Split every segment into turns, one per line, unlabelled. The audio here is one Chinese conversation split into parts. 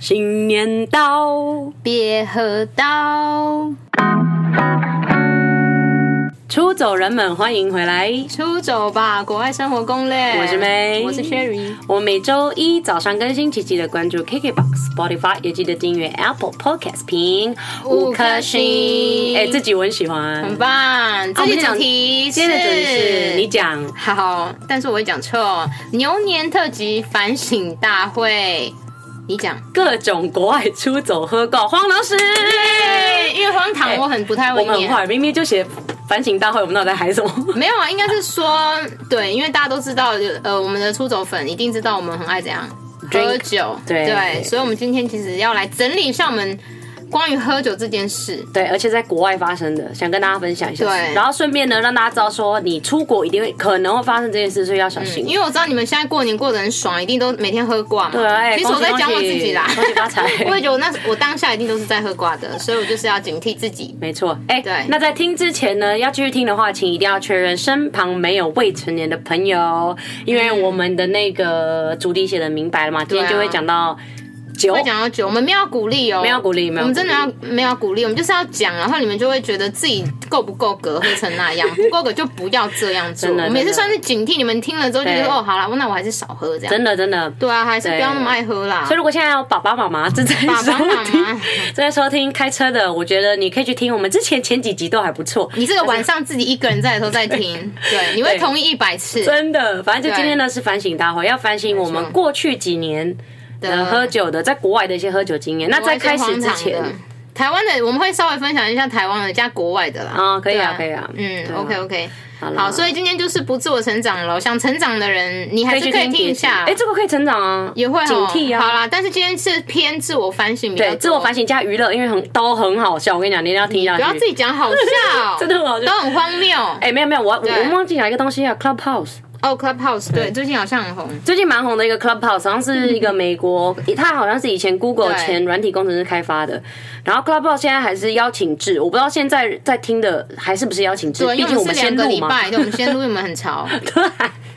新年到，
别喝到。
出走人们欢迎回来。
出走吧，国外生活攻略。
我是梅
我是 Sherry。
我每周一早上更新，请记得关注 KKBox、Spotify，也记得订阅 Apple Podcast，评
五颗嗯星
哎、这集我很喜欢。
很棒，这
啊我们
期主
讲
题
今天的主题是你讲，
好，但是我会讲错。牛年特辑反省大会，你讲。
各种国外出走喝够荒老师。
对，因为荒唐，我很不太会
哎我们很
念。
坏，明明就写反省大会，我们到底在嗨什 么？
没有啊，应该是说对，因为大家都知道，就呃，我们的出走粉一定知道我们很爱怎样
Drink
喝酒，
对
所以我们今天其实要来整理一下我们关于喝酒这件事。
对，而且在国外发生的，想跟大家分享一下。
对
然后顺便呢，让大家知道说，你出国一定会可能会发生这件事，所以要小心。
因为我知道你们现在过年过得很爽，一定都每天喝挂嘛。
对哎
啊其实我在讲我自己啦，
恭喜恭喜发财
我也觉得我那我当下一定都是在喝挂的，所以我就是要警惕自 己。
没错，哎、
对
那在听之前呢，要继续听的话，请一定要确认身旁没有未成年的朋友，因为我们的那个主题写的明白了嘛，今天
对啊
就会讲到酒
会，讲到酒，我们没有鼓励哦，
没有鼓励没有
我们真的
鼓
要没有鼓励，我们就是要讲，然后你们就会觉得自己够不够格，会成那样，不够格就不要这样 做。
真的
我们也是
真的
算是警惕你们听了之后，就觉
对
得哦，好啦，那我还是少喝这样。
真的真的。
对啊，还是不要那么爱喝啦。
所以如果现在有爸爸妈妈正在
爸
收
爸妈
听、
妈，
正在收听开车的，我觉得你可以去听我们之前前几集都还不错。
你这个晚上自己一个人在的时候再听，对，你会
对
同意一百次。
真的，反正就今天呢是反省大会，要反省我们过去几年的
的
喝酒的，在国外的一些喝酒经验。那在开始之前
我会先荒唐的，台湾的我们会稍微分享一下台湾的加国外的啦。
啊可以啊
对
可以啊
嗯
对啊
，OK OK。
好啦
好，所以今天就是不自我成长了。想成长的人，你还是可以听一下，
哎，这个可以成长啊，
也会
警
哦
惕
好
啊。
啦，但是今天是偏自我反省比较
对，
多，
自我反省加娱乐，因为很都很好笑。我跟你讲，你一定要听下
嗯不
去。
要自己讲好笑
，真的很好笑
都很荒谬。
哎，没有没有，我我
对
我忘记讲一个东西啊，Clubhouse。
哦，Clubhouse，对，最近好像很红。
最近蛮红的一个 Clubhouse，好像是一个美国，它好像是以前 Google
嗯对
前软体工程师开发的。然后 Clubhouse 现在还是邀请制，我不知道现在在听的还是不是邀请制，
对，
毕
因为
竟
我
我
们
们
是两
先
个
录
礼
嘛。
拜，对，我们先录，因为我们 很潮。
对，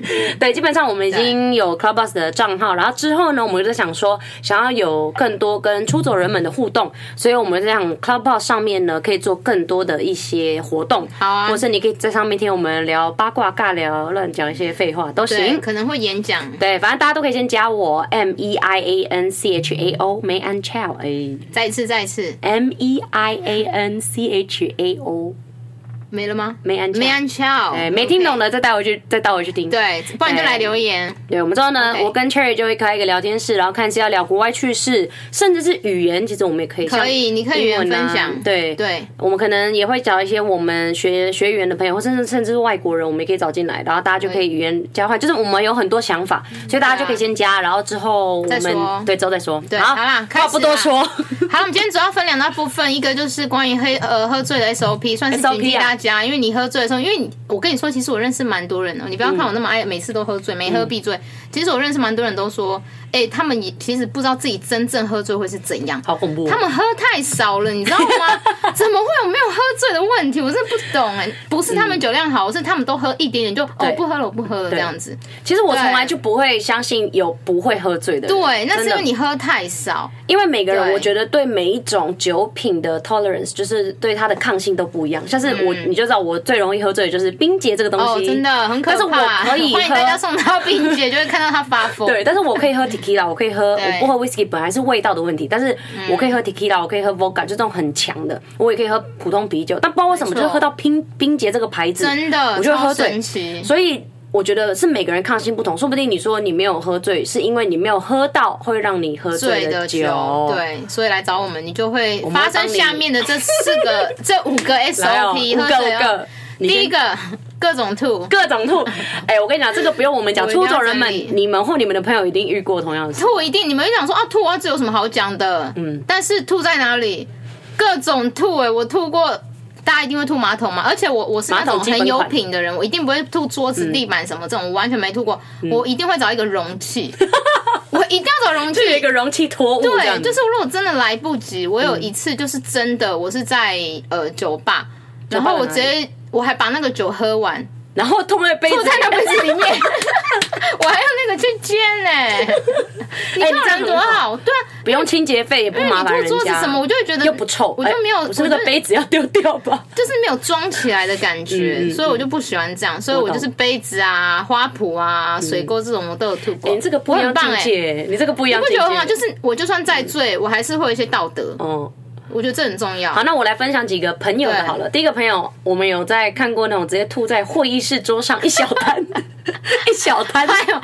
对，基本上我们已经有 Clubhouse 的账号，然后之后呢，我们就在想说，想要有更多跟出走人们的互动，所以我们在想 Clubhouse 上面呢，可以做更多的一些活动，
好啊
或是你可以在上面听我们聊八卦、尬聊、乱讲一些废话都
对，
行。
可能会演讲。
对，反正大家都可以先加我 M E I A N C H A O 梅安 Chow 哎
再一次，再一次，
M E I A N C H A O
没了吗？
梅安 Chow
没安敲，
哎，没听懂的再带回去，再带回去听。
对，不然就来留言。
对，我们之后呢
OK
我跟 Cherry 就会开一个聊天室，然后看是要聊国外趣事，甚至是语言，其实我们也可以
可以
像
你可以语言
英文啊
分享
对。
对，
我们可能也会找一些我们学学语言的朋友，或甚至甚至是外国人，我们也可以找进来，然后大家就可以语言交换。就是我们有很多想法，所以大家就可以先加，然后之后我
嗯再
们
说
对之后再说。对
好啦开始
话不多
啦
说。
好，我们今天主要分两大部分，一个就是关于喝呃喝醉的 SOP，算是警
SOP
惕
啊
大家，因为你喝醉的时候，因为你我跟你说，其实我认识蛮多人哦，你不要
嗯
看我那么爱，每次都喝醉，没喝必醉，其实我认识蛮多人都说，哎、他们也其实不知道自己真正喝醉会是怎样。
好恐怖哦！
他们喝太少了，你知道 吗？怎么会有没有喝醉的问题？我真的不懂哎、不是他
嗯
们酒量好，是他们都喝一点点就哦不喝了，我不喝了这样子。
其实我从
对
来就不会相信有不会喝醉的人。
对，那
真
是因
的
为你喝太少。
因为每个人，
对
我觉得对每一种酒品的 tolerance，就是对它的抗性都不一样。像是我，你就知道我最容易喝醉的就是冰结这个东西，
嗯哦，真的很可怕。
但是我可以
欢迎大家
喝。
送到冰姐，就会看到他发 疯。
对，但是我可以喝 tequila，我可以喝，我
对嗯
不喝 whisky 本来是味道的问题，但是我可以喝 tequila，我可以喝 vodka，就这种很强的，我也可以喝普通啤酒，但不知道为什么
没
就
错
是喝到冰冰结这个牌子，
真的，
我就会喝
超
醉
神，奇。
所以我觉得是每个人抗性不同，说不定你说你没有喝醉，是因为你没有喝到会让你喝
醉
醉
的
酒。
酒，对，所以来找我们，你就会发生下面的这四 个、这五个
来哦，
SOP
五
喝
个
醉
五
哦。
个，你先
第一个各种吐，
各种吐。哎、我跟你讲，这个不用我们讲，
我一定
出
要
走人们
整理，
你们或你们的朋友一定遇过同样的事。
吐一定你们会想说啊，吐啊，这有什么好讲的？嗯，但是吐在哪里？各种吐哎、我吐过。大家一定会吐马桶嘛，而且我我是那
马
种
桶基本
很有
款嗯
品的人，我一定不会吐桌子、地板什么这种，我完全没吐过。我一定会找一个 容器，我一定要找容器
就，有一个容器脱物这样
对，
子，嗯
就是如果真的来不及，我有一次就是真的，我是在呃酒吧，然
吧
后我
在
直
哪
接我还把那个酒喝完，
然后吐在杯
吐
子
在那杯子里面，我还用那个去捐呢、 你
你
看
这
我
样
人多
很
好，对啊，
不用清洁费，也不
因为
麻
你
烦
吐
人
桌子
家，
什么，我就会觉得
又不臭，
我就没有，
哎
我
不是
就
那个杯子要丢掉吧？
就是没有装起来的感觉，
嗯嗯
所以我就不喜欢这样，所以
我
我
懂
就是杯子啊、花圃啊、水沟这种我都有吐过。
你这个不一
我
样
很棒
境
哎、
界，你这个不一样
不
境
觉得吗？
界。
就是我就算再醉，我还是会有一些道德，
哦，
我觉得这很重要
好，。那我来分享几个朋友的好了。第一个朋友，我们有在看过那种直接吐在会议室桌上一小 滩，一小滩。
还有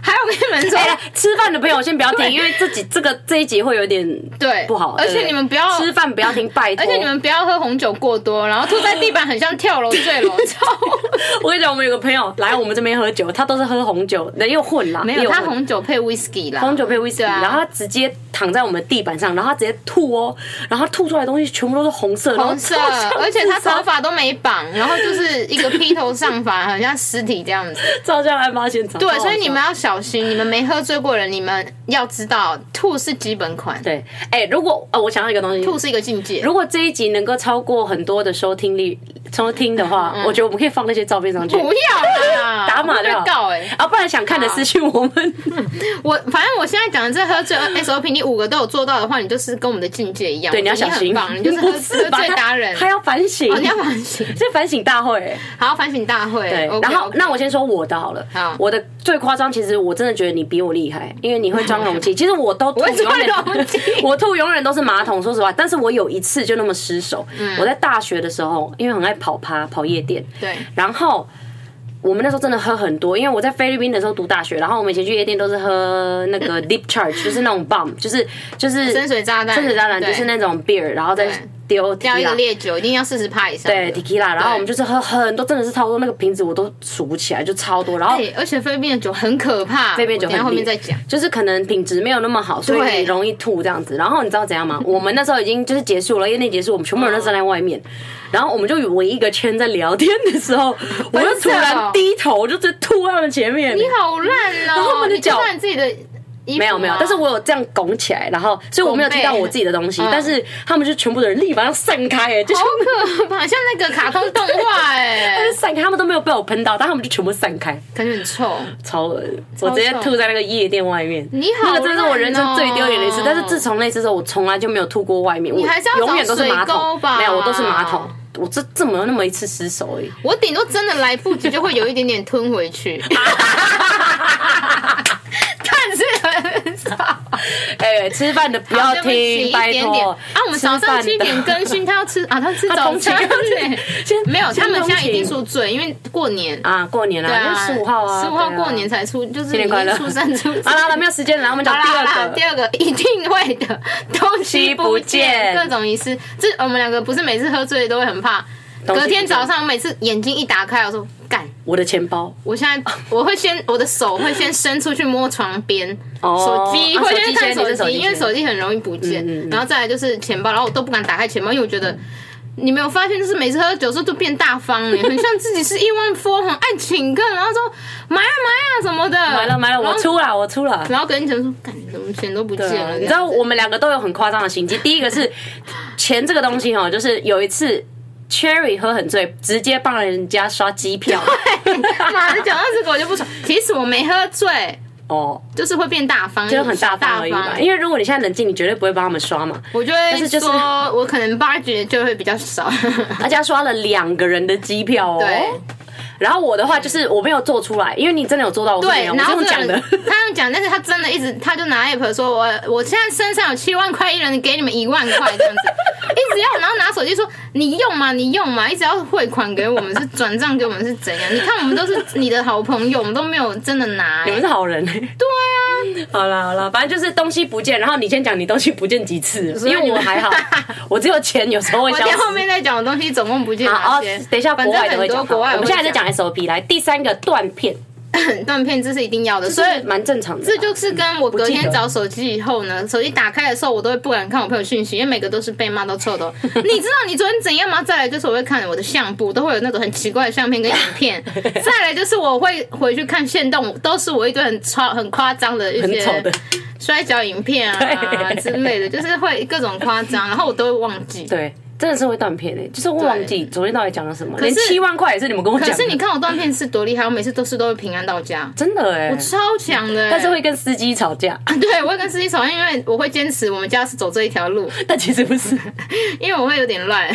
还有，我跟你们说，
哎、吃饭的朋友先不要听，因为这几这个这一集会有点
对，
不好，
而且
对
你们不要
吃饭不要听，拜托。
而且你们不要喝红酒过多，然后吐在地板，很像跳楼坠 楼。操！
我跟你讲，我们有个朋友来我们这边喝酒，他都是喝红酒，人又混啦，
没
也
有，他
混
红酒配 whisky 啦。
红酒配威士忌，
对啊
然后他直接躺在我们地板上，然后他直接吐哦，然后他吐出来的东西全部都是红色，然后
红色
超像，
而且他
自杀
头发都没绑，然后就是一个披头散发，很像尸体这样 子。
照相案发现场。超
对，
好
所以
笑
你们要小心，你们没喝醉过的人，你们要知道吐是基本款，
对，哎、如果哦，我想到一个东西，
吐是一个境界。
如果这一集能够超过很多的收听率收听的话，我觉得我们可以放那些照片上去。
不要啦，
打码就
嗯我
好
被告啊哎、
啊，不然想看的私讯我们。
我反正我现在讲的这喝醉 SOP，你五个都有做到的话，你就是跟我们的境界一样。
对，你要
我觉
小
得
心
很棒，你就是喝
不是
喝
吧？
醉 达人。
他要反省，
哦，你要反省，
这反省大会、哎
好反省大会。
对
o k
然后那我先说我的好了。
好
我的最夸张，其实我真的觉得你比我厉害，因为你会装容 器。其实我都吐
我也装
永远
容器，
我吐永远都是马桶。说实话，但是我有一次就那么失手。我在大学的时候，因为很爱跑趴、跑夜店，
嗯对
然后。我们那时候真的喝很多，因为我在菲律宾的时候读大学，然后我们以前去夜店都是喝那 个 deep charge，就是那种 bomb，就是就是
深水炸弹，
深水炸弹，就是
对
那种 beer，然后再
对
丢
要一
tequila
个烈酒，一定要四十帕以上。
对 tequila，然后我们就是喝很多，真的是超多，那个瓶子我都数不起来，就超多。然后
哎对，而且菲律宾的酒很可怕，
菲律宾酒
我等一
很
下后
烈
面再讲。
就是可能品质没有那么好，所以
对
容易吐这样子。然后你知道怎样 吗？我们那时候已经就是结束了，夜店结束，我们全部人都站在外面，然后我们就围一个圈在聊天的时候，我就突然低头，我就直接吐在他们前面。
你好烂哦！然
后我们的
你就
脚
算你自己的衣服
没有没有
啊，
但是我有这样拱起来，然后所以我没有踢到我自己的东西
拱，背
但是他们就全部的人立马要散开、哎，就是
好可怕，像那个卡通动画哎、
散开，他们都没有被我喷到，但他们就全部散开。
感觉很臭。
超恶的，我直接吐在那个夜店外面。
你好
那个真的是我人生最丢脸的一次。
烂
但
哦
是自从那次之后，我从来就没有吐过外面，我
还是要
永远都是马
找水沟
桶，
吧
没有，我都是马桶。我这这么那么一次失手而已。
我顶多真的来不及，就会有一点点吞 回去。但是很少，
哎、吃饭的不要
对不起
听，
一
拜
点点
托。
啊！我们早上七
吃饭的
点更新，他要吃啊，他 吃
他
早
通勤
餐呢。
先
没有，
先
他们现在一
通
定
勤
宿醉，因为过年。
啊，过年
对
啦，
啊，
因为十五号啊，
十五号
对啊
过年。才出，就是
新年快乐
已经出生出生。
好啦，好啦，没有时间了，我们讲第
好啦好
二
啦
个
第。二个一定会的，东西不
东西不见
见，各种仪式。这我们两个不是每次喝醉都会很怕，
东西
隔
不见
天早上每次眼睛一打开，我说干。
我的钱包，
我现在我会先我的手会先伸出去摸床边，
哦
手机
啊
会
手
先
机
看
先你是手机
手
嗯
机，因为
先
手机很容易不见。然后再来就是钱包，然后我都不敢打开钱包，因为我觉得。你没有发现，就是每次喝酒的时候都变大方 了，很像自己是亿万富翁，很爱请客，然后说买啊买啊什么的，
买了买了，
然
我
后
出了我出了。
然后跟你讲说，干，怎么钱都不见
对啊
了？
你 知道我们两个都有很夸张的行迹。第一个是 钱这个东西哦，就是有一次 Cherry 喝很醉，直接帮人家刷机票。
妈的，讲到这个我就不爽。其实我没喝醉，
哦，
就是会变大方，
就是很大方而已
大
嘛。
方
因为如果你现在冷静，你绝对不会帮他们刷嘛。
我就
但
会
是就是
说，我可能 budget 就会比较少。
大家刷了两个人的机票哦。
对
然后我的话就是我没有做出来，因为你真的有做到，我是没
对，
有，我
然
是
后
用
这
讲
个
的
人。 他用讲，但是他真的一直，他就拿 app 说，我我现在身上有七万块，一人给你们一万块这样子，一直要，然后拿手机说你用嘛，你用嘛，一直要汇款给我们，是转账给我们是怎样？你看我们都是你的好朋友，我们都没有真的拿、
你
欸
们是好人、 对啊，好啦好啦，反正就是东西不见，然后你先讲你东西不见几次，
以
因为
你
我
们
还好，我只有钱有时候会
我
消
等一
失
下。后面再讲的东西，总共不见
好，
哪
哦
些。
等一下，
反
国
正
外的
很
会讲
多
好。
国外
我们现在在
会
讲 SOP。来，第三个断片，
断片，这是一定要的，所以。
蛮正常的啊。
这就是跟我
不
隔
记得
天找手机以后呢，手机打开的时候，我都会不敢看我朋友讯息，因为每个都是被骂到 臭的。你知道你昨天怎样吗？再来就是我会看我的相簿，都会有那种很奇怪的相片跟影片。再来就是我会回去看线动，都是我一堆很超很夸张的一
很
些
丑的。
摔跤影片啊
对
之类的，就是会各种夸张，然后我都会忘记。
对，真的是会断片诶、就是我忘记昨天到底讲了什么，连
是
七万块也是你们跟我讲
可
的，
是你看我断片是多厉害，我每次都是都会平安到家，
真的诶、
我超强的欸、
但是会跟司机吵架，
对我会跟司机吵架，因为我会坚持我们家是走这一条路，
但其实不 是。
因为我会有点乱。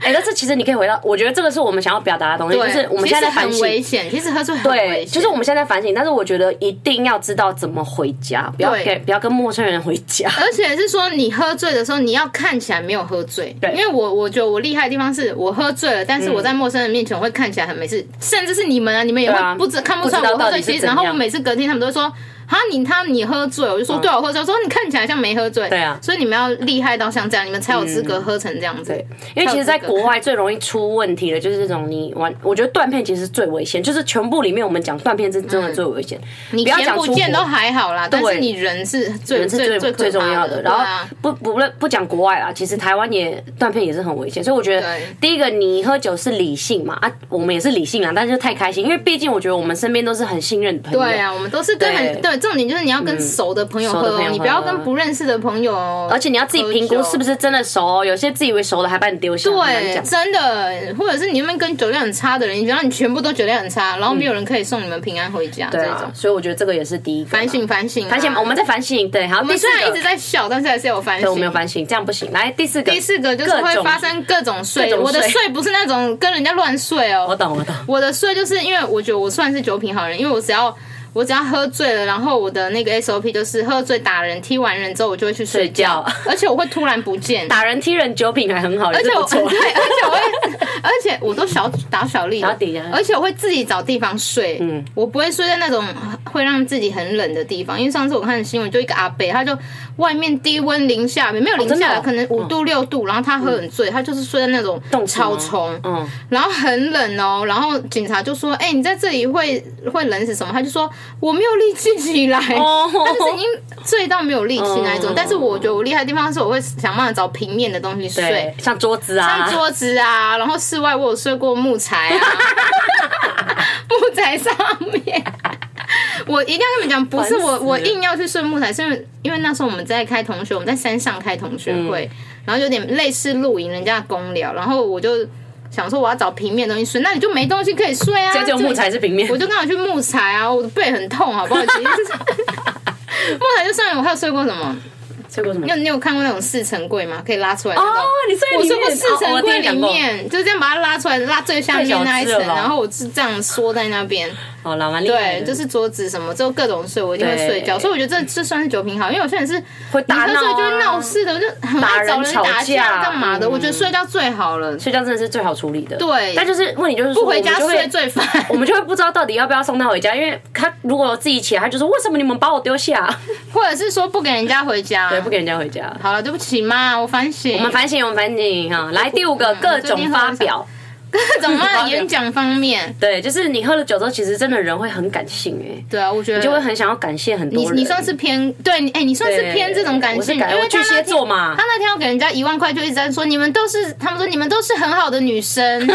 哎、但是其实你可以回到，我觉得这个是我们想要表达的东 西，就是我们现在在
其实
反
很
省。
危险，其实喝醉很危
对，
险，
就是我们现在在反省，但是我觉得一定要知道怎么回家，不要
对
给不要跟陌生人回家。
而且是说，你喝醉的时候，你要看起来没有喝醉。
对嗯
因为我我觉得我厉害的地方是我喝醉了，但是我在陌生人面前我会看起来很没事，甚至是你们啊，你们也
对啊
会不知看不出
不
来
知
我
道到
喝醉。
底是
其实，
怎
然
样嗯
后我每次隔天他们都会说：“啊，你他你喝醉。”我就说：“对啊，我喝醉。”我说：“你看起来像没喝醉。”
对啊嗯
所以你们要厉害到像这样，你们才有资格喝成这样子。
对，因为其实，在国外最容易出问题的就是这种你玩，我觉得断片其实是最危险，就是全部里面我们讲断片是真的最危险。
嗯你
不要
钱
讲
不
出
见
国
都还好啦，但是你人是最
人是最
最
最
可
重
怕
要
的。
的。然后
对啊
不不论不讲国外啦，其实台湾也断片也是很危险，所以我觉得
对
第一个你喝酒是理性嘛啊，我们也是理性啦，但是就太开心，因为毕竟我觉得我们身边都是很信任的朋友。
对啊，我们都是跟很
对嗯
对，重点就是你要跟熟的朋友
熟
喝
的朋
哦
友，
你不要
喝
跟不认识的朋友哦。
而且你要自己评
喝
估
酒
是不是真的熟哦、有些自以为熟的还把你丢下，很难
对，
讲
真的，或者是你们跟酒量很差的人，你觉得你全部都酒量很差，然后没有人可以送你们平安回家，
对
这
啊
种，
所以我觉得这个也是第一个啦
反省反省啊
反省，我们在反省，对，好，
我
第
们
四
虽然一直
个，
在笑，但是还是有反
对，
省。
我没有反省，这样不行。来第四个，
第四个就是
各
会
种
发生各种睡，
各种
我的
睡
睡不是那种跟人家乱睡哦，
我懂我懂，
我的睡就是因为我觉得我算是酒品好人，因为我只要我只要喝醉了，然后我的那个 SOP 就是喝醉打人，踢完人之后我就会去睡觉，
睡
而且我会突然不见。
打人踢人酒品还很好，
而
也
且
是
我
不
对，
错
而。且我会，而且我都小打小力了，
小底啊
而且我会自己找地方睡，嗯，我不会睡在那种会让自己很冷的地方，因为上次我看新闻，就一个阿伯，他就外面低温零下，没有零
真的
下，
哦
可能五度六度，然后他喝很醉，他就是睡在那种
冻死吗
草丛，
嗯，
然后很冷哦，然后警察就说：“哎、你在这里会会冷死什么？”他就说：“我没有力气起来。
哦
他就是已经醉到没有力气那一种。
嗯
但是我觉得我厉害的地方是，我会想办法找平面的东西睡
对，，像桌子啊，
像桌子啊，然后室外我有睡过木材啊， 木材上面。我一定要跟你们讲，不是
烦死
我，
了
我硬要去睡木材，是因为因为那时候我们在开同学，我们在山上开同学会，
嗯
然后有点类似露营人家的公聊，然后我就想说我要找平面的东西睡，那你就没东西可以睡啊，
这就木材是平面
我。就刚好去木材啊，我的背很痛，好不好？其 实就是木材就算了，我还有睡过什么？
睡过什么
你？有你有看过那种四层柜吗？可以拉出来那种
哦，你睡
我
里
睡过
面，
四
哦
层
我听
柜
你
里
讲过
面，就这样把它拉出来，拉最下面那一
太
层，
小只了吧
然后我是这样缩在那边。
好啦，蛮厉害
对，
的，
就是桌子什么，就各种睡，我一定会
对
睡觉。所以我觉得这这算是酒品好，因为有些人是
会
你
打
喝
闹
醉就会闹
啊，
事的，我就很
打
爱
人
找人
吵
打
架
干嘛的。
嗯
我觉得睡觉最好了，
睡觉真的是最好处理的。
对
但就是问题就是说
不回家
我们就
睡
会
最烦。
我们就会不知道到底要不要送他回家，因为他如果自己起来，他就说为什么你们把我丢下，
或者是说不给人家回家。
对，不给人家回家。
好了，对不起嘛，我反省。
我们反省，我们反省哈。来第五个，
嗯
各种发表，
各种嘛
发表
演讲方面，
对，就是你喝了酒之后，其实真的人会很感性哎，
对啊，我觉得
你就会很想要感谢很多
你
人。
你算是偏对，你哎、你算是
对
偏这种感
我是
性，
感
因为
我
他
巨
那
蟹
天
座嘛
他，那天要给人家一万块，就一直在说你们都是，他们说你们都是很好的 女生，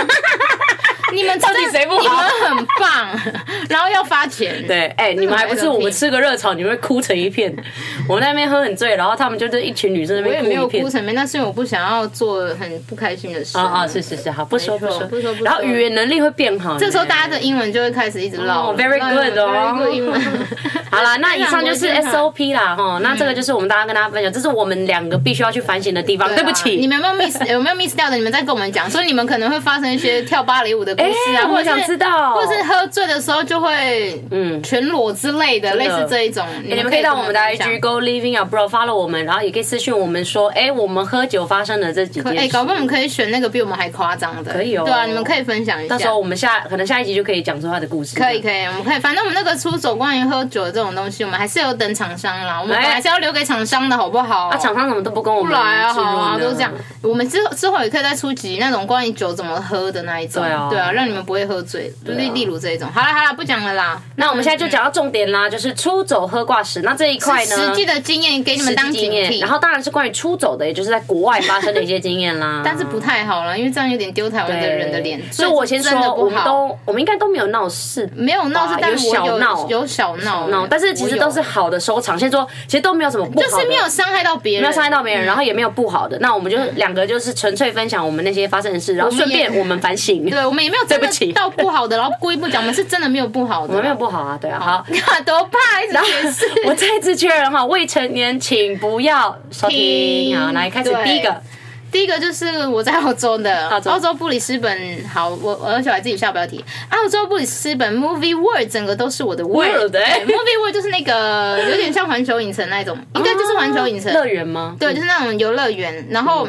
你们
到底
真的
谁不好
你们很棒，然后要发钱，
对，哎、你们还不是我们吃个热炒，你们会哭成一片。我们在那边喝很醉，然后他们就是一群女生在那
我也
边
没有
哭一
哭
片。
成面，那是因为我不想要做很不开心的事
啊啊，是是是，好，不说
没错
说
不说不说
然后语言能力会变好呢。
这时候大家的英文就会开始一直唠
哦
嗯
，very good 哦
very good 英文。
好啦，那以上就是
非常国
SOP 啦，哈，
嗯
那这个就是我们大家跟大家分享，这是我们两个必须要去反省的地方。 对不
啊你
起，
们有没有 miss 有没有 miss 掉的？你们再跟我们讲，所以你们可能会发生一些跳芭蕾舞的故事啊，
哎我
或者是
想知道
或者是喝醉的时候就会嗯全裸之类的，类似这一种，
哎你们可以到我们的
跟
IG
讲。
Go Living Abroad follow 我们，然后也可以私讯我们说，哎，我们喝酒发生的这几件
哎、搞
事。
不好我们可以选那个比我们还夸张的，
可以哦
对啊，你们可以分享一下。
到时候我们下可能下一集就可以讲出他的故事。
可以可以，我们可以，反正我们那个出走关于喝酒的这种东西，我们还是有等厂商啦，我们
哎
本来是要留给厂商的好不好？
啊那厂商怎么都不跟我
不
们
来啊，好啊，
置入呢
都这样。我们之后之后也可以再出集那种关于酒怎么喝的那一种，
对啊啊
对啊，让你们不会喝醉，例、例如这一种。好了好了，不讲了啦。
那我们现在就讲到重点啦，就是出走喝挂食。那这一块呢，
实际的经验给你们当
实际
警
经验，
惕，
然后当然是关于出走的，也就是在国外发生的一些经验 啦。
但是不太好了，因为这样有点丢台湾的人的脸。
所以我先
真的
说，
不
我们
好，嗯
都我们应该都没有闹事。
没有闹事，但
有
我
小
有
闹
有小闹欸
闹，但是其实都是好的收场。先说，其实都没有什么不好
就
的，
是没有伤害到别人，
没有伤害到别人，
嗯
然后也没有不好的。那我们就两个就是纯粹分享我们那些发生的事，然后
们也
顺便我们反省。
对，我们也没有真
对不起
的到不好的，然后故意不讲，我们是真的没有不好的，
我没有不好啊，对啊，好。
有， 多怕一直解释。
我再次确认哈，未成年请不要收听。
听
好，来开始
对
第一个，
第一个就是我在澳洲的
澳洲
布里斯本，好，我我而且我还自己下标题，澳洲布里斯本 Movie World 整个都是我的
World，
对
哎
Movie World 就是那个有点像环球影城那一种，应该就是环球影城，
啊乐园嗯吗？
对，就是那种游乐园，然后。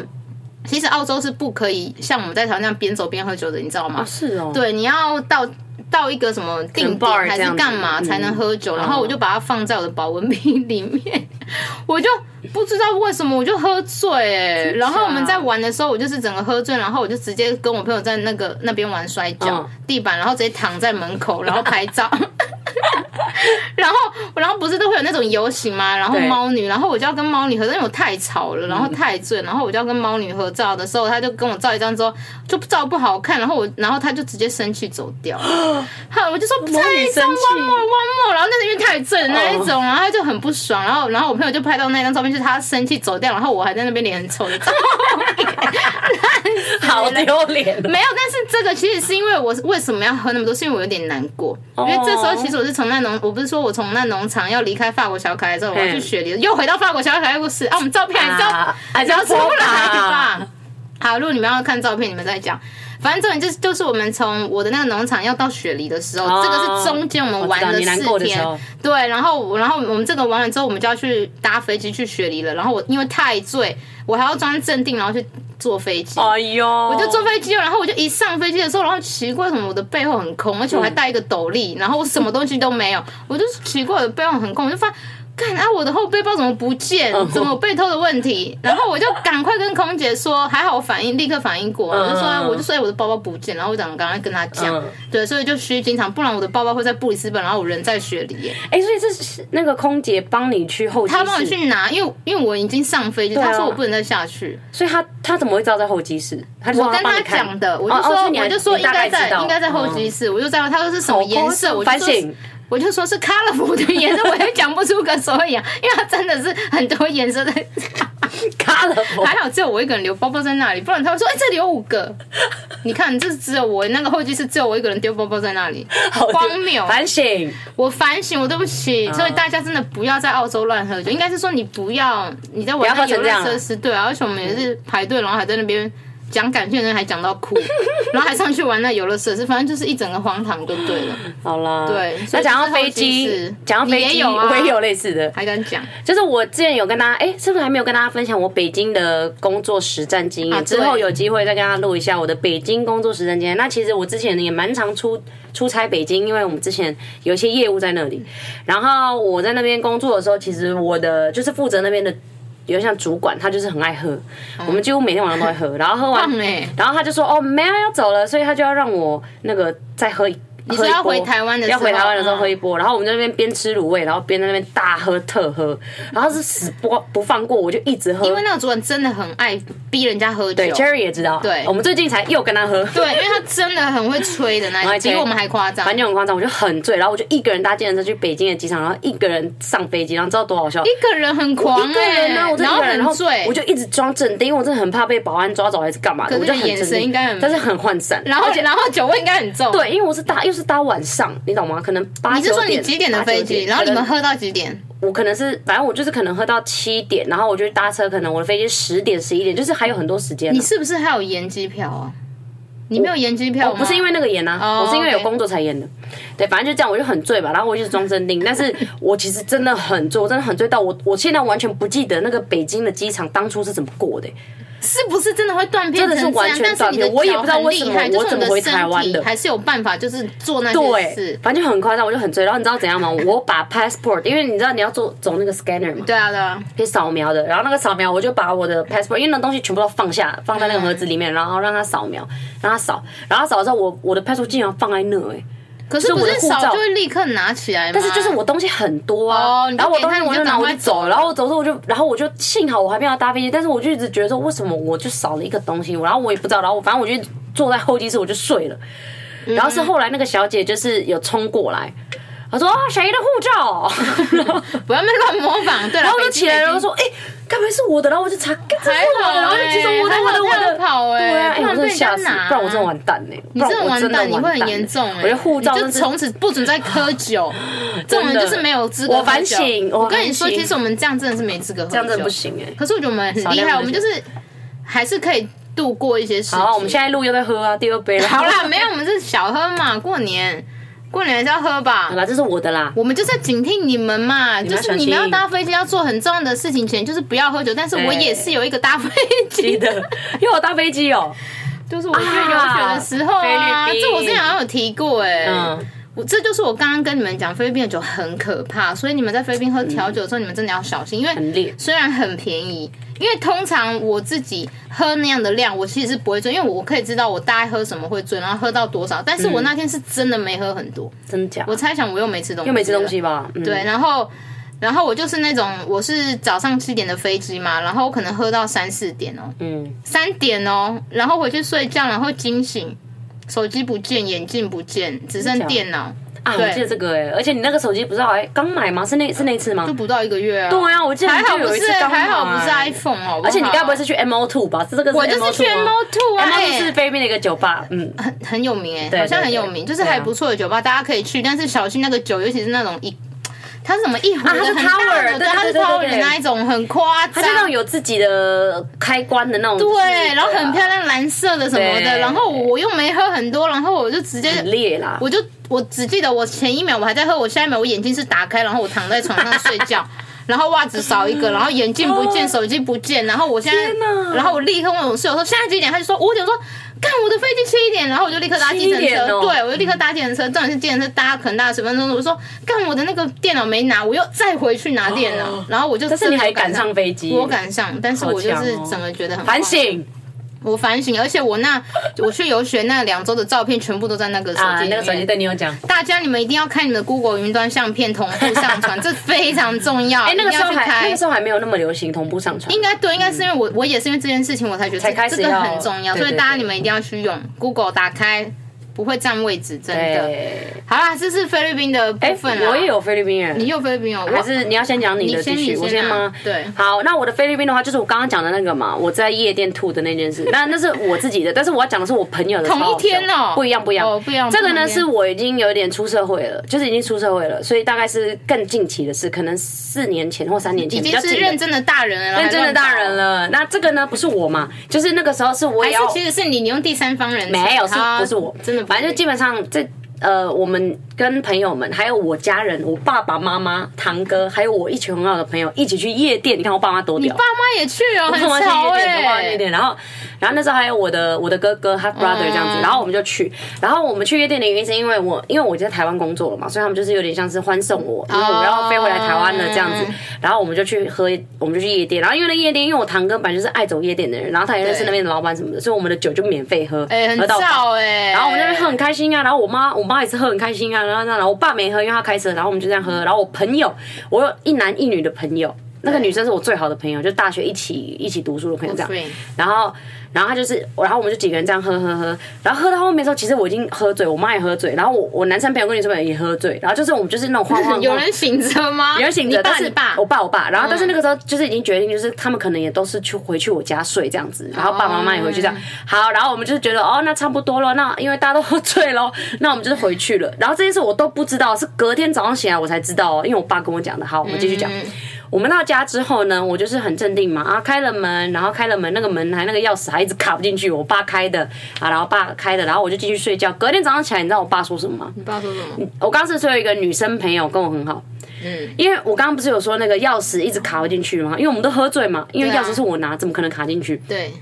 其实澳洲是不可以像我们在台湾那样边走边喝酒的，你知道吗？
啊，是哦，
对，你要到到一个什么定
可能 bar
点
这
还是
样子
干嘛
嗯
才能喝酒，然后我就把它放在我的保温瓶里面， 我就不知道为什么我就喝醉、欸，然后我们在玩的时候，我就是整个喝醉，然后我就直接跟我朋友在那个那边玩摔跤、
嗯
地板，然后直接躺在门口，然后拍照。 然后，然后不是都会有那种游行吗？然后
对嗯
猫女，然后我就要跟猫女合照，因为我太吵了，然后太醉，然后我就要跟猫女合照的时候，她就跟我照一张之后，就照不好看，然后我，然后她就直接生气走 掉。好，我就说
猫
再
女
一
生
张
气
one more one more，然后那是因为太醉的那一种，然后她就很不爽，然后，然后我朋友就拍到那张照片，就是她生气走掉，然后我还在那边脸很臭的照片。
好丢 脸哦。
没有，但是这个其实是因为我是为什么要喝那么多，是因为我有点难过，
哦
因为这时候其实我是从那农，我不是说我从那农场要离开法国小可爱之后，我要去雪梨，又回到法国小可爱故事啊，我们照片还是要、
啊
还是要出来
还是要播
吧。好，如果你们要看照片，你们再讲。反正重点就是，就是我们从我的那个农场要到雪梨的时候，
哦
这个是中间我们玩
我知道
了
你难
四
过的时
天
候，
对，然后然后我们这个玩完之后，我们就要去搭飞机去雪梨了。然后我因为太醉，我还要装镇定，然后去坐飞机。
哎呦，我
就坐飞机了，然后我就一上飞机的时候，然后奇怪，为什么我的背后很空，而且我
嗯
还带一个斗笠，然后我什么东西都没有，我就奇怪我的背后很空，我就发现。看啊！我的后背包怎么不见？
嗯
怎么有被偷的问题？然后我就赶快跟空姐说，还好我反应立刻反应过来，我
嗯
就
嗯嗯
说我就说哎我的包包不见，然后我赶赶快跟他讲
嗯，
对，所以就虚惊常，不然我的包包会在布里斯本，然后我人在雪梨耶，
哎、所以这是那个空姐帮你去候机室，
他帮我去拿，因为因为我已经上飞机，
啊
他说我不能再下去，
所以他他怎么会知道在候机室？他就说
我跟
帮
他
你看
讲的，我就说、
哦哦所以你还
我就说
你
应
大概
该
知道嗯哦
在应该在候机室，我就在问他说是什么颜色，我就
反
说是
省。
我就说是 colorful 的颜色，我也讲不出个所以然， 因为它真的是很多颜色的，
卡了我，
还好只有我一个人留包包在那里，不然他会说哎、这里有五个，你看这只有我那个候机室只有我一个人丢包包在那里，
好
荒谬。
反省。
我反省，我对不
嗯
起，所以大家真的不要在澳洲乱喝酒，应该是说你不要你在玩
不要
那
喝成
游
这样
乐设施，对啊，而且我们也是排队，然后还在那边讲感谢的人还讲到哭， 然后还上去玩那游乐设施，反正就是一整个荒唐就对了，
好啦，
对
那
所以
讲到
之后
飞
其
机
实，
讲到飞
你
机，
也有啊
我也有类似的，
还敢讲，
就是我之前有跟大家，哎、是不是还没有跟大家分享我北京的工作实战经验？
啊对
之后有机会再跟大家录一下我的北京工作实战经验。那其实我之前也蛮常出出差北京，因为我们之前有一些业务在那里。然后我在那边工作的时候，其实我的就是负责那边的。有像主管，他就是很爱喝，
啊
我们几乎每天晚上都在喝，然后喝完
棒，哎
然后他就说哦，没有要走了，所以他就要让我那个再喝一。你
说要回台湾的时
要
候
回台湾的时候
嗯
喝一波，然后我们在那边边吃卤味，然后边在那边大喝特喝，然后是死不不放过，我就一直喝。
因为那个主管真的很爱逼人家喝酒
对。Cherry 也知道，
对
我们最近才又跟他喝，
对，因为他真的很会吹的那
还
一
吹
种，比我们还夸张。
反正很夸张，我就很醉，然后我就一个人搭计程车去北京的机场，然后一个人上飞机，然后知道多好笑。
一个人很狂
一个
哎、
人呢、啊我真的一
然后
个人，然
很
后
醉
我，就一直装镇定，因为我真的很怕被保安抓走还是干嘛的，
可
我
是
就
你
很
眼
镇
神
定
应该很
但是很涣散。
然后然后酒味应该很重。，
对，因为我是搭又是搭晚上，你懂吗？可能八
你是说
九
你几点的
八九
飞机？
点
然后你们
可能
喝到几点？
我可能是反正我就是可能喝到七点，然后我就搭车，可能我的飞机十点十一点，就是还有很多时间啊。
你是不是还有延机票啊？你没有延机票
我
哦吗？
不是因为那个演啊，
哦
我是因为有
OK
工作才演的。对，反正就这样，我就很醉吧，然后我就是装镇定，但是我其实真的很醉，我真的很醉到我我现在完全不记得那个北京的机场当初是怎么过的、
是不是真的会断片
真的
成
是
这样？
完全
但是
断
你
片
的
我也
脚
不知道
很
为什
厉
么
害，
我
就是
怎
你
么
的
回
身
台湾
体
的
还是有办法，就是做那些
对
事，。
反正就很夸张，我就很醉。然后你知道怎样吗？我把 passport，因为你知道你要做走那个 scanner 嘛，
对啊，对啊，
可以扫描的。然后那个扫描，我就把我的 passport，因为那东西全部都放下，放在那个盒子里
嗯
面，然后让他扫描，让他扫。然后扫的时候，我我的 passport 竟然放在那、欸，
嗯可是
是
不
我的
是
护
少
照
就会立刻拿起来吗？
但是就是我东西很多啊，
哦你就
然后我
给
东
他
西我
你就
拿
赶
我
快
就走
走
了，然后我走之后我就，然后我就幸好我还没有搭飞机，但是我就一直觉得说为什么我就少了一个东西，然后我也不知道，然后我反正我就坐在候机室我就睡了，
嗯
然后是后来那个小姐就是有冲过来，她说啊谁的护照， 然后
不要那乱模仿。对啦，
然后我
北
就
京
起来
北
了，
京
然后说哎该不会是我的，然后我就查，干这是
还
我
好
的，然后就举手
欸
我的
还
我
好
的
这样
我的，
跑欸
对啊，哎
不然
我真的
被人家
吓死，
拿
不然我真的完蛋哎，
你
不然
真的
我
完
真的
蛋，你会
完
很
欸
严重哎、
我觉得护照
你
真
就是从此不准再喝 酒，这种人就是没有资格喝酒。
我反省我
我跟你
反
说，
省
其实我们这样真的是没资格喝酒，
这样真的不。行哎。
可是我觉得我们很
少
厉
量
害，
喝
我们
酒
就是还是可以度过一些事情。
好，我们现在录又在喝啊，第二杯了。
好啦，没有，我们是小喝嘛，过年过年还是要喝吧
好。啦，这是我的啦。
我们就是要警惕你们嘛，
们
就
要
是你
小
们
心
要搭飞机要做很重要的事情前，就是不要喝酒。但是我
对
也是有一个搭飞
记
机
得，因为我搭飞机哦、
就是我去留学的时候啊，
啊菲律宾
这我之前好像有提过哎、
嗯，
我这就是我刚刚跟你们讲，菲律宾的酒很可怕，所以你们在菲律宾喝调酒的时候，你们真的要小心，因
很
为
烈
虽然很便宜，因为通常我自己喝那样的量，我其实是不会醉，因为我可以知道我大概喝什么会醉，然后喝到多少。但
嗯
是我那天是真的没喝很多，
真的假
我猜想我又没吃东西，
又没吃东西。吧？嗯、
对，，然后。然后我就是那种，我是早上七点的飞机嘛，然后我可能喝到三四点哦，
嗯，
三点哦，然后回去睡觉，然后惊醒，手机不见，眼镜不见，只剩
假的
电脑，
啊，我
对
记得这个哎、而且你那个手机不是好像刚买吗？是那是那一次吗
就？不到一个月啊。
对啊，我记得
还
你就
好不
有一次
是，
刚买
还好不是 iPhone 哦，
而且你该不会是去 M O Two 吧？是这个
我就是去
M
M O Two 啊，
M O
哎
是菲律宾的一个酒吧，嗯，
很很有名哎、
对
好像
对
很有
对啊
名，就是还不错的酒吧，大家可以去，但是小心那个酒，尤其是那种一。它是什么一壶的
啊它是
很大
tower，
的，
对
它
对对
是
对
tower 的
对
那一种，很夸
它
张
就，那种有自己的开关的那种，就是
对，然后很漂亮，蓝色的什么的，
对
然后我又没喝很多，然后我就直接
很烈啦。
我就我只记得我前一秒我还在喝，我下一秒我眼睛是打开，然后我躺在床上睡觉，然后袜子少一个，然后眼镜不见，手机不见，然后我现
哦
在
天，哪
然后我立刻问我室友说现在几点，他就说五点，我说干我的飞机七点，然后我就立刻搭计程
七点
车，
哦
对我就立刻搭计程车，重点是计程车搭可能搭了十分钟，我说干我的那个电脑没拿，我又再回去拿电脑，然后我就
但哦是你
真的
还
有赶
赶上。飞机，
我赶上，但是我就
好
是
强哦
整个觉得很
反
夸张
省
我反省，而且我那我去游学那两周的照片全部都在那个手
啊，
机里
那个手
面啊
机对你有讲。
大家你们一定要看你们的 Google 云端相片同步上 传，这非常重要。
哎、那个时候
一定要去
还那
开
个。时候还没有那么流行同步上传，
应该对，应该是因为我、我也是因为这件事情，我才觉得
才开
这
始
这个
要
很重要，
对
所以
对
大家
对
你们一定要去用 Google 打开，不会占位置，真的。
对。
好啦，这是菲律宾的部
哎、
分啦。
我也，有菲律宾人，
你有菲律宾哦，我
还是你要先讲你的
你先
继续，
你
我
先啊
先吗？
对
好，那我的菲律宾的话，就是我刚刚讲的那个嘛，我在夜店吐的那 件事，那那是我自己的，但是我要讲的是我朋友的超
同
好笑。
一天哦
不一样，不一样，
哦不一样
这个呢
不一样
是我已经有点出社会了，就是已经出社会了，所以大概是更近期的事，可能四年前或三年前
已
比
经
较
是
近的
认真的大人了，
认真的大人
了
了。那这个呢，不是我嘛，就是那个时候是我
还
也
乱
要
搞，还是其实是你你用第三方人称
没有，是
好
不是我？
真的不是
反正就基本上这呃，我们跟朋友们，还有我家人，我爸爸妈妈、堂哥，还有我一群很好的朋友一起去夜店。你看我爸妈多
你
屌
爸，妈也去哦，
我
很
爸妈去
潮
夜店，我爸妈去
哎
夜。店。然后，然后那时候还有我的我的哥哥
嗯
half brother 这样子，然后我们就去。然后我们去夜店的原因是因为我因为我在台湾工作了嘛，所以他们就是有点像是欢送我，因为我要飞回来台湾了这样子
哦。
然后我们就去喝，我们就去夜店。然后因为那夜店，因为我堂哥本来就是爱走夜店的人，然后他也认识
对
那边的老板什么的，所以我们的酒就免费喝，
哎、很
喝到饱。
燥哎、
然后我们在那边喝很开心啊，然后我妈我妈也是喝很开心啊，然后然后我爸没喝，因为他开车，然后我们就这样喝。然后我朋友，我有一男一女的朋友，那个女生是我最好的朋友，就大学一起一起读书的朋友这样
friend。
然后然后他就是，然后我们就几个人这样喝喝喝，然后喝到后面的时候，其实我已经喝醉，我妈也喝醉，然后我我男生朋友跟女生朋友也喝醉，然后就是我们就是那种 晃晃晃
有人醒着吗？
有人醒
你
着，但
爸
是
你爸，嗯
我爸我爸，然后但是那个时候就是已经决定，就是他们可能也都是去回去我家睡这样子，然后爸爸妈妈也回
哦
去这样。好，然后我们就是觉得哦，那差不多了，那因为大家都 喝醉了，那我们就是回去了。然后这件事我都不知道，是隔天早上醒来我才知道哦，因为我爸跟我讲的。好，我们继续讲。
嗯
我们到家之后呢，我就是很镇定嘛，啊，开了门，然后开了门，那个门还那个钥匙还一直卡不进去，我爸开的啊，然后爸开的，然后我就进去睡觉。隔天早上起来，你知道我爸说什么吗？
你爸说什么？
我刚刚是说有一个女生朋友跟我很好，嗯，因为我刚刚不是有说那个钥匙一直卡不进去吗？因为我们都喝醉嘛，因为
对啊
钥匙是我拿，怎么可能卡进去？
对，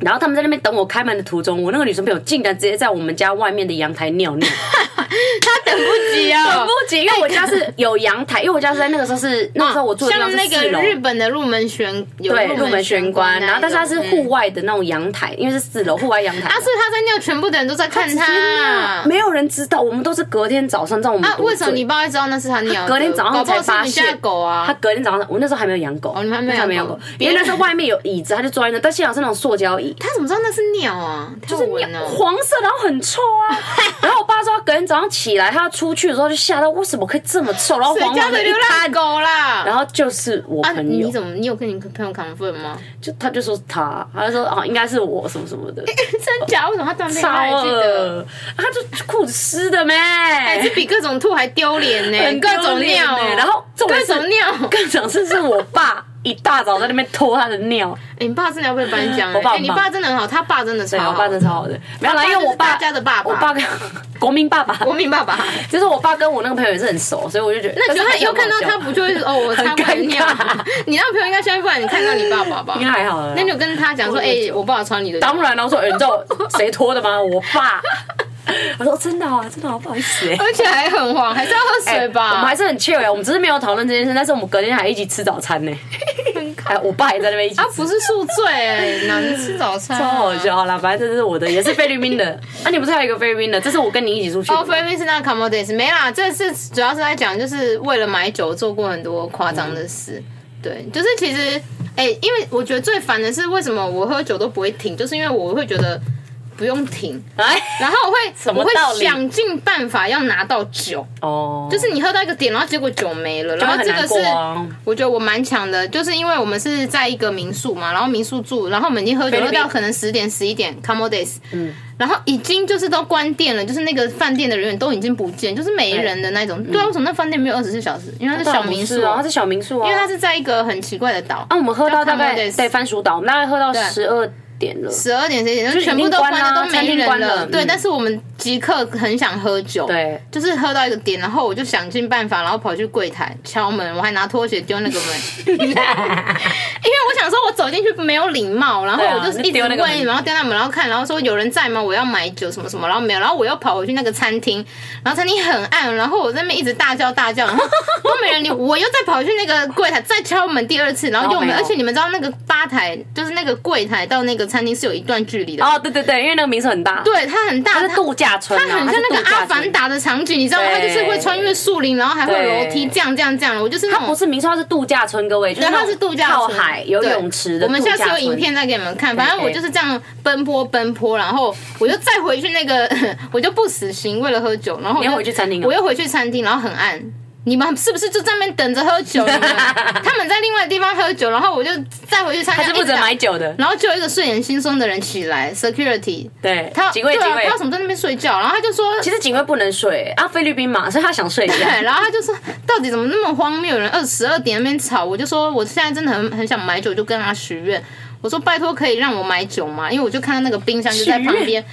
然后他们在那边等我开门的途中，我那个女生朋友竟然直接在我们家外面的阳台尿尿，
他等不及
等
哦 哎
不。及，因为我家是有阳台，因为我家是在那个时候是那个时候我住的地方
像
是
那
四楼
个，日本的入门啊玄有
对，入门玄关，然后但是它是户
外，
外的那种阳台，因为是四楼户外阳台
啊，，所嗯以他在尿，全部的人都在看他啊。
没有人知道，我们都是隔天早上，知道我们
啊，
多
为什么
醉
你爸会知道那是他尿的？
隔天早上才
搞不好
发
是你家
现
的狗啊。
他隔天早上，我那时候还没有养狗，
哦你们还没有
那时候
养狗
狗，因为那时候外面有椅子，他就坐在那，但现场是那种塑胶 椅，
他怎么知道那是尿啊？就是
尿黄色，然后很臭 啊。然后我爸说，他隔天早上起来，他出去的时候就吓到，为什么可以这么臭？然后
谁
黄
家
黄
的
的一
流
滩
浪，狗啦？
然后就是我
啊，
朋友
你，怎么你有跟你朋友 confirm 吗？
就他就说是他，他就说啊，应该是我什么什么 的，
真假？为什么他断片？他
超
还记得？
恶，他就裤子湿的咩，
哎，这比各种吐还丢脸呢，
很
各
丢
种
脸
尿哦，
欸然后重点
各
是
种尿。
更想是是我爸一大早在那边拖他的尿。
哎，你爸真的要被颁奖
我爸
哎！哎
很
你
棒
爸真的很好，他爸真的超
对，
好，
我爸真的超好的，没有啦，因为我爸
他就是大家的爸爸
我爸跟 国民爸爸，
国民爸爸。
就是我爸跟我那个朋友也是很熟，所以我就觉得，
那你
但是
他以后
还
看
是
到
很
他
好笑
不就是哦，我擦过尿
很尴？
你那朋友应该相信，不然你看到你爸爸吧
应？该还好了啦。
那你有跟他讲说，哎，我爸爸穿你的，
当然了，我说、欸你知道谁拖的吗？ 我爸。我说真的啊，真的啊，不好意 思哎、欸。
而且还很黄，还是要喝水
我们
吧
还？是很 chill 哎、我们只是没有讨论这件事，但是我们隔天还一起吃早餐呢、哎，我爸也在那边一起
啊，不是宿醉哎，哪能吃早餐？
超好。笑好啦，反正这是我的，也是菲律宾 的。啊，你不是还有一个菲律宾的？这是我跟你一起出去的。
哦，菲律宾是那 commodities 没啦，这是主要是在讲，就是为了买酒做过很多夸张的事。
嗯
对，就是其实，哎、因为我觉得最烦的是，为什么我喝酒都不会停，就是因为我会觉得不用停，
哎，
然后我会
什么
我会
道理
想尽办法要拿到酒，
哦，
就是你喝到一个点，然后结果酒没了，然后
很
这个
难
是
过啊。
我觉得我蛮强的，就是因为我们是在一个民宿嘛，然后民宿住，然后我们已经喝酒
菲律
喝
宾
到可能十点十一点 c o m o d a y s 嗯，然后已经就是都关店了，就是那个饭店的人员都已经不见，就是没人的那
哎
种。对啊，为什么那饭店没有二十四小时？因为它是小民
不
宿
是啊，它是小民宿啊，
因为它是在一个很奇怪的岛
啊，，我们喝到大概
叫 Commodus
对番薯岛，我们大概喝到
对
十二点了。
十二点十一点就全部都
就已经关
关
啦
了，都
餐
没
厅
人
关了
对，
嗯
但是我们即刻很想喝酒，。
对，
就是喝到一个点，然后我就想尽办法，然后跑去柜台敲门，我还拿拖鞋丢那个 门，因为我想说我走进去没有礼貌，然后
对啊
我就是一
你
直
丢那个门
问，然后丢那门，然后看，然后说有人在吗？我要买酒什么什么，然后没有，然后我又跑回去那个餐厅，然后餐厅很暗，然后我在那边一直大叫大叫，然后都没人理我，我又再跑去那个柜台再敲门第二次，然后又
然后
没
没有
有，而且你们知道那个吧台就是那个柜台到那个餐厅是有一段距离的，
哦，对对对，因为那个民宿很大，，
对，它很大，
它是
它
度假村啊，
它很像
它
那
是
个
度假
阿凡
村。
达的场景，你知道吗？
对
它就是会穿越树林，然后还会有楼梯，
对
这样这样这样。我就是那
它不
种，
是民宿，它是度假村，各位，就
对，
那
它
种
是度假
靠
村，
海有泳池的
对我们
度
下次
假
有
村
影，片再给你们看。反正我
OK
就是这样奔波奔波，然后我就再回去那个， 我就不死心，为了喝酒，然后我
你
就
要回去餐厅啊
我又回去餐厅，然后很暗。你们是不是就在那边等着喝酒？你 们他们在另外地方喝酒，然后我就再回去餐
它
厅，
是负
一直
责
打
买酒的。
然后就有一个睡眼惺忪的人起来，security，
对，
他
警卫
对
警
啊，不知
卫
道，怎么在那边睡觉，然后他就说
其实警卫不能睡啊，菲律宾嘛，所以他想睡一下。
对，然后他就说，到底怎么那么荒谬？有人二十二点那边吵，我就说我现在真的很很想买酒，就跟他许愿。我说拜托可以让我买酒吗？因为我就看到那个冰箱就在旁边，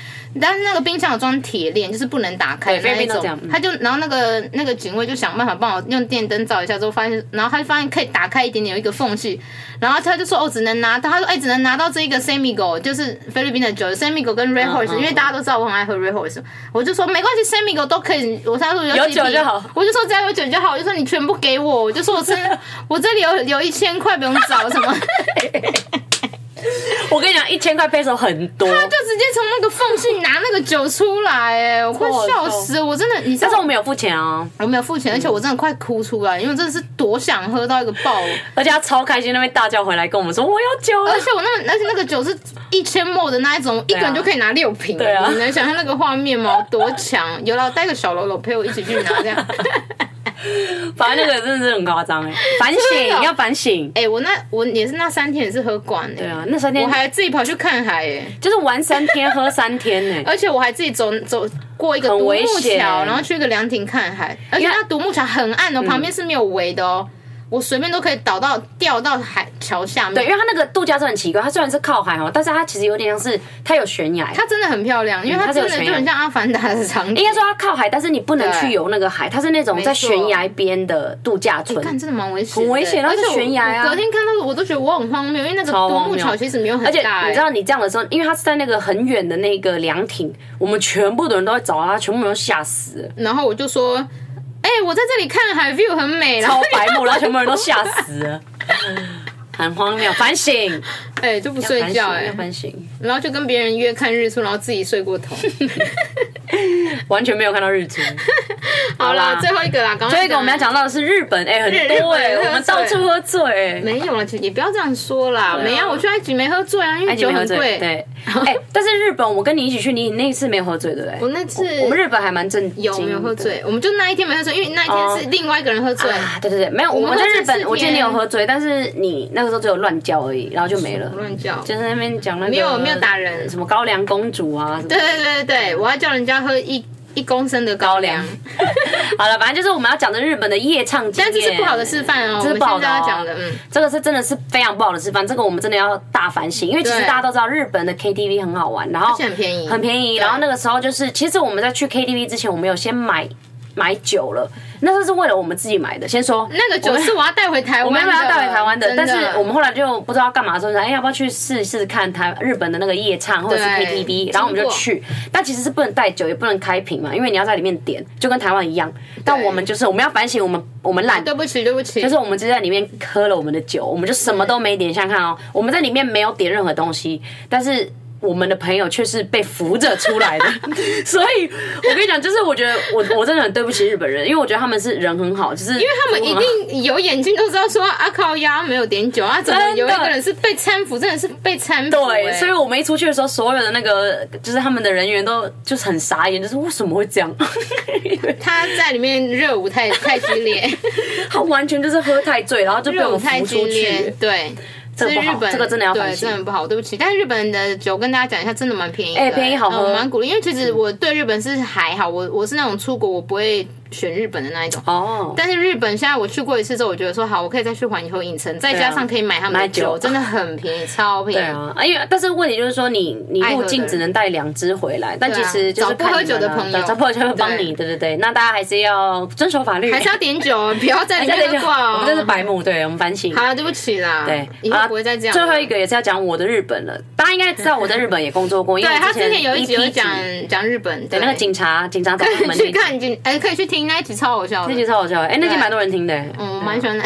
但是那个冰箱有装铁链，就是不能打开
对菲
的
律
那一
宾都
种
这样嗯。
他就然后那个那个警卫就想办法帮我用电灯照一下，之后发现，然后他就发现可以打开一点点有一个缝隙，然后他就说哦只能拿到，他说哎只能拿到这一个 Semigo，就是菲律宾的酒 Semigo 跟 Red Horse，、
嗯嗯
因为大家都知道我很爱喝 Red Horse，我就说没关系 Semigo 都可以，我他说有
有
几
酒
瓶
就好
我就说只要有酒就好，我就说你全部给我，我就说我 这我这里有有一千块，不用找什么，
哎我跟你讲，一千块 peso 很多，
他就直接从那个缝隙拿那个酒出来，哎，我快笑死了，我真的，你知
但是我
道
们有付钱哦，
我没有付钱，而且我真的快哭出来，因为我真的是多想喝到一个 爆，
而且他超开心，那边大叫回来跟我们说我有酒了
而。且我那个而且那个酒是一千沫的那一种，一个人就可以拿六瓶，
啊对啊
你能想象那个画面 吗？我多强！有了带个小喽啰陪我一起去拿这样。
反正那个真的是很夸张哎，反省
真的
要反省。
哎、我那我也是那三天也是喝惯哎、
对啊，那三
我
天
还自己跑去看海哎、
就是玩三天喝三天 呢、
而且我还自己走走过一个
很
独
危
木
险
桥，然后去一个凉亭看海，而且
因为嗯
那独木桥很暗哦，旁边是没有围的哦。我随便都可以倒到掉到海桥下
对，
面。
因为它那个度假村很奇怪，它虽然是靠海哦，但是它其实有点像是它有悬崖。
它真的很漂亮，因为
嗯它
它
是有
真
悬
的就
崖
很像《阿凡达》的场景
应。该说它靠海，但是你不能去游那个海，它是那种
没
在
错
悬崖边的度假村。
看，真的蛮危险
很
的，
危险然后
而且
是悬崖啊
我我隔天看到我都觉得我很荒谬，因为那个
超
独
荒
木
谬
桥其实没有很
而且
大、哎欸
你知道，你这样的时候，因为它是在那个很远的那个凉亭，我们全部的人都在找它，全部人都吓死 了，
然后我就说，哎、我在这里看海 view 很美，然
超
后
白目，然后全部人都吓死了，很荒谬，反 省，
哎、就不睡觉
反
哎、
省要反省，
然后就跟别人约看日出，然后自己睡 过头。
完全没有看到日出。
好
啦
啦，最后一个啦，刚
最后一个我们要讲到的是日本，哎、很多哎、
日本
我们到处喝醉、哎
没有了，姐姐不要这样说啦，没啊有，我去埃及没喝醉啊，因为
哎，你
酒
啊没喝
很
醉，
贵。
对，哎、但是日本我跟你一起去，你你那一次没有喝醉，对不对？
我那次
我们日本还蛮正经，
有没有喝？醉？我们就那一天没喝醉，因为那一天是另外一个人喝醉。
哦啊，对对对，没有，我
们
们在
喝醉
日本
四，
我记得你
天
有喝醉，但是你那个时候只有乱叫而已，然后就没了，
乱叫，
就是那边讲那个
嗯没有没有打人
什么高粱公主啊，什么
对对对对对，我要叫人家喝一一公升的高粱，
好了，反正就是我们要讲的日本的夜唱经
但
验，
这是不好的示范哦。
这
我
是
们
不好
现
的
在
哦
要讲的，嗯，
这个是真的是非常不好的示范，这个我们真的要大反省，因为其实
对
大家都知道日本的 KTV 很好玩，然后
而且很便宜，
很便宜。
对
然后那个时候就是，其实我们在去 KTV 之前，我们有先买买酒了，那时候是为了我们自己买的。先说
那个酒是我要带回台湾的，
我们要不要带回台湾的？
真
但是我们后来就不知道干嘛的时候，说哎、要不要去试试看台日本的那个夜唱或者是
对
KTV？然后我们就去，但其实是不能带酒，也不能开瓶嘛，因为你要在里面点，就跟台湾一样。但我们就是我们要反省我们我们懒。
对不起对不起，
就是我们就在里面喝了我们的酒，我们就什么都没点。想想看哦，我们在里面没有点任何东西，但是我们的朋友却是被扶着出 来的。所以我跟你讲，就是我觉得 我我真的很对不起日本人，因为我觉得他们是人很好，就是因为
他们一定有眼睛都知道说啊靠呀没有点酒啊，怎么
真的
有一个人是被搀扶，真的是被搀扶、
对，
欸
所以我们一出去的时候，所有的那个就是他们的人员都就是很傻眼，就是为什么会这样？
他在里面热舞太 太激烈，
他完全就是喝太醉，然后 就被
热
我
舞
们
太
扶
激
出
烈
去。，
对。
这个
是
不
日
好
本
这个真的要反
对，
省
真的很不好，对不起。但是日本的酒跟大家讲一下，真的蛮便宜的，
哎便宜好喝
嗯我蛮鼓励。因为其实我对日本是还好，我我是那种出国我不会选日本的那一种，
哦，
但是日本现在我去过一次之后，我觉得说好，我可以再去环球影城，再加上可以买他们的
啊买酒
酒，真的很便宜，超便宜。
对啊，哎呀，但是问题就是说你，你
爱喝
入
的啊
境只能带两只回来，但其实就是
找不
看
喝
你
酒
们
的
啊
朋
对
友
找不喝酒会帮
对
你，对对对。那大家还是要遵守法律，
还是要点酒哦，不要在里
对对
面
对
喝挂哦。
我们这是白目，对我们反省。
好了，对不起啦，
对，
以后不会再这样了。
啊最后一个也是要讲我的日本了，大家应该知道我在日本也工作过，因为
对
我
他之前有一集有
EP
讲讲日本，对
那个 警察警察找他们
可以 去看，哎，可以去听那一集超好笑
那
的，
集超好笑的，哎、那集蛮多人听的、
嗯，我蛮喜欢那。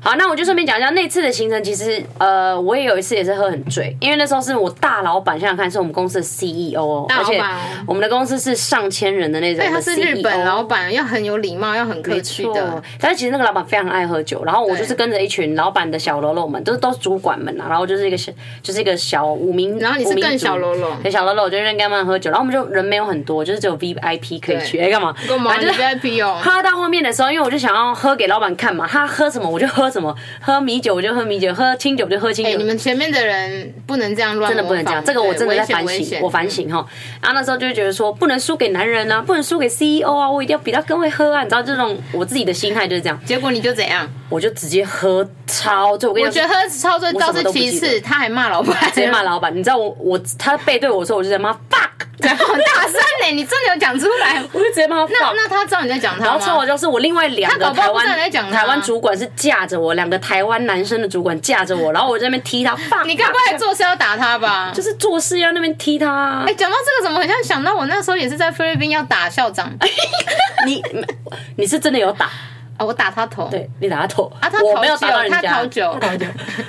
好，那我就顺便讲一下那次的行程。其实，呃，我也有一次也是喝很醉，因为那时候是我大老板，想想看，是我们公司的 CEO，哦
大
而
老板
且
哦
我们的公司是上千人的那种
对，
的 CEO。
他是日本老板，要很有礼貌，要很客气的
错。，但是其实那个老板非常爱喝酒，然后我就是跟着一群老板的小喽啰们，都是都是主管们啊，然后就是一个小就是一个小五名，
然后你是
五名
更
组
小喽啰
对小喽啰，我就认干们喝酒，然后我们就人没有很多，就是只有 VIP 可以去，哎干嘛？
干嘛
反正
你
就是
VIP 哦
喝到后面的时候，因为我就想要喝给老板看嘛，他喝什么我就喝什么，喝米酒我就喝米酒，喝清酒我就喝清
哎，
酒
你。们前面的人不能这样乱模
真
仿，
的不能这样，这个我
对
真的在
危险
反
危
省，
险
我反省哈。然后那时候就会觉得说，不能输给男人啊，不能输给 CEO 啊，我一定要比他更会喝啊，你知道这种我自己的心态就是这样。
结果你就怎样？
我就直接喝超醉，我跟你
我觉
讲。
得喝超醉倒是
我什么
其
都不记
次，他还骂老板，
直接 骂老板，你知道我我他背对我说，我就在骂 fuck，
然后很大声呢，你真的有讲出来？
我就直接骂
那
fuck。
那他知道你在讲他
然后
吗？
超好笑是我另外两
他
个
搞不好
台湾
不知道你在讲他啊
台湾主管是架着我，两个台湾男生的主管架着我，然后我在那边踢他 fuck，
你该不会做事要打他吧？
就是做事要那边踢他啊
哎、？讲到这个，怎么很像想到我那时候也是在菲律宾要打校长，啊、
哎你 你是真的有打？
我打他头，
对你打他头
啊，他
我
逃
没有
酒，
打到人
他
家
逃。 酒，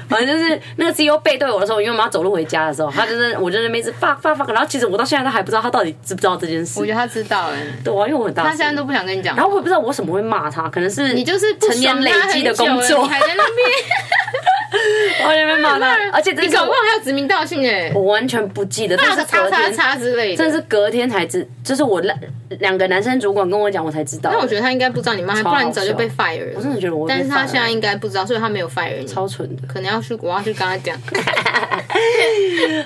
反正就是那个 CEO 背对我的时候，因为我们要走路回家的时候，他就是我就在那边一直 fuck fuck fuck，然后其实我到现在都还不知道他到底知不知道这件事
我。觉得他知道哎、
对啊，因为我很大
他
声。
现在都不想跟你讲
然，后我也不知道我为什么会骂他，可能是
你就是不
成年累积的工
爽
作
他很久了你，还在那边，
我在那边骂 他，而且真
你
的是
搞不
我
好还有指名道姓哎、
我完全不记得，真
大
的
个
是隔
叉叉
天，
叉之类
真的
的。
是隔天才知，就是我两两个男生主管跟我讲，我才知道。
那我觉得他应该不知道你骂他，不然你早就被
超
fire 了。
我真的觉得我会被
但是他
fire
现在应该不知道，所以他没有 fire 你。
超蠢的。
可能要去，我要去跟他讲。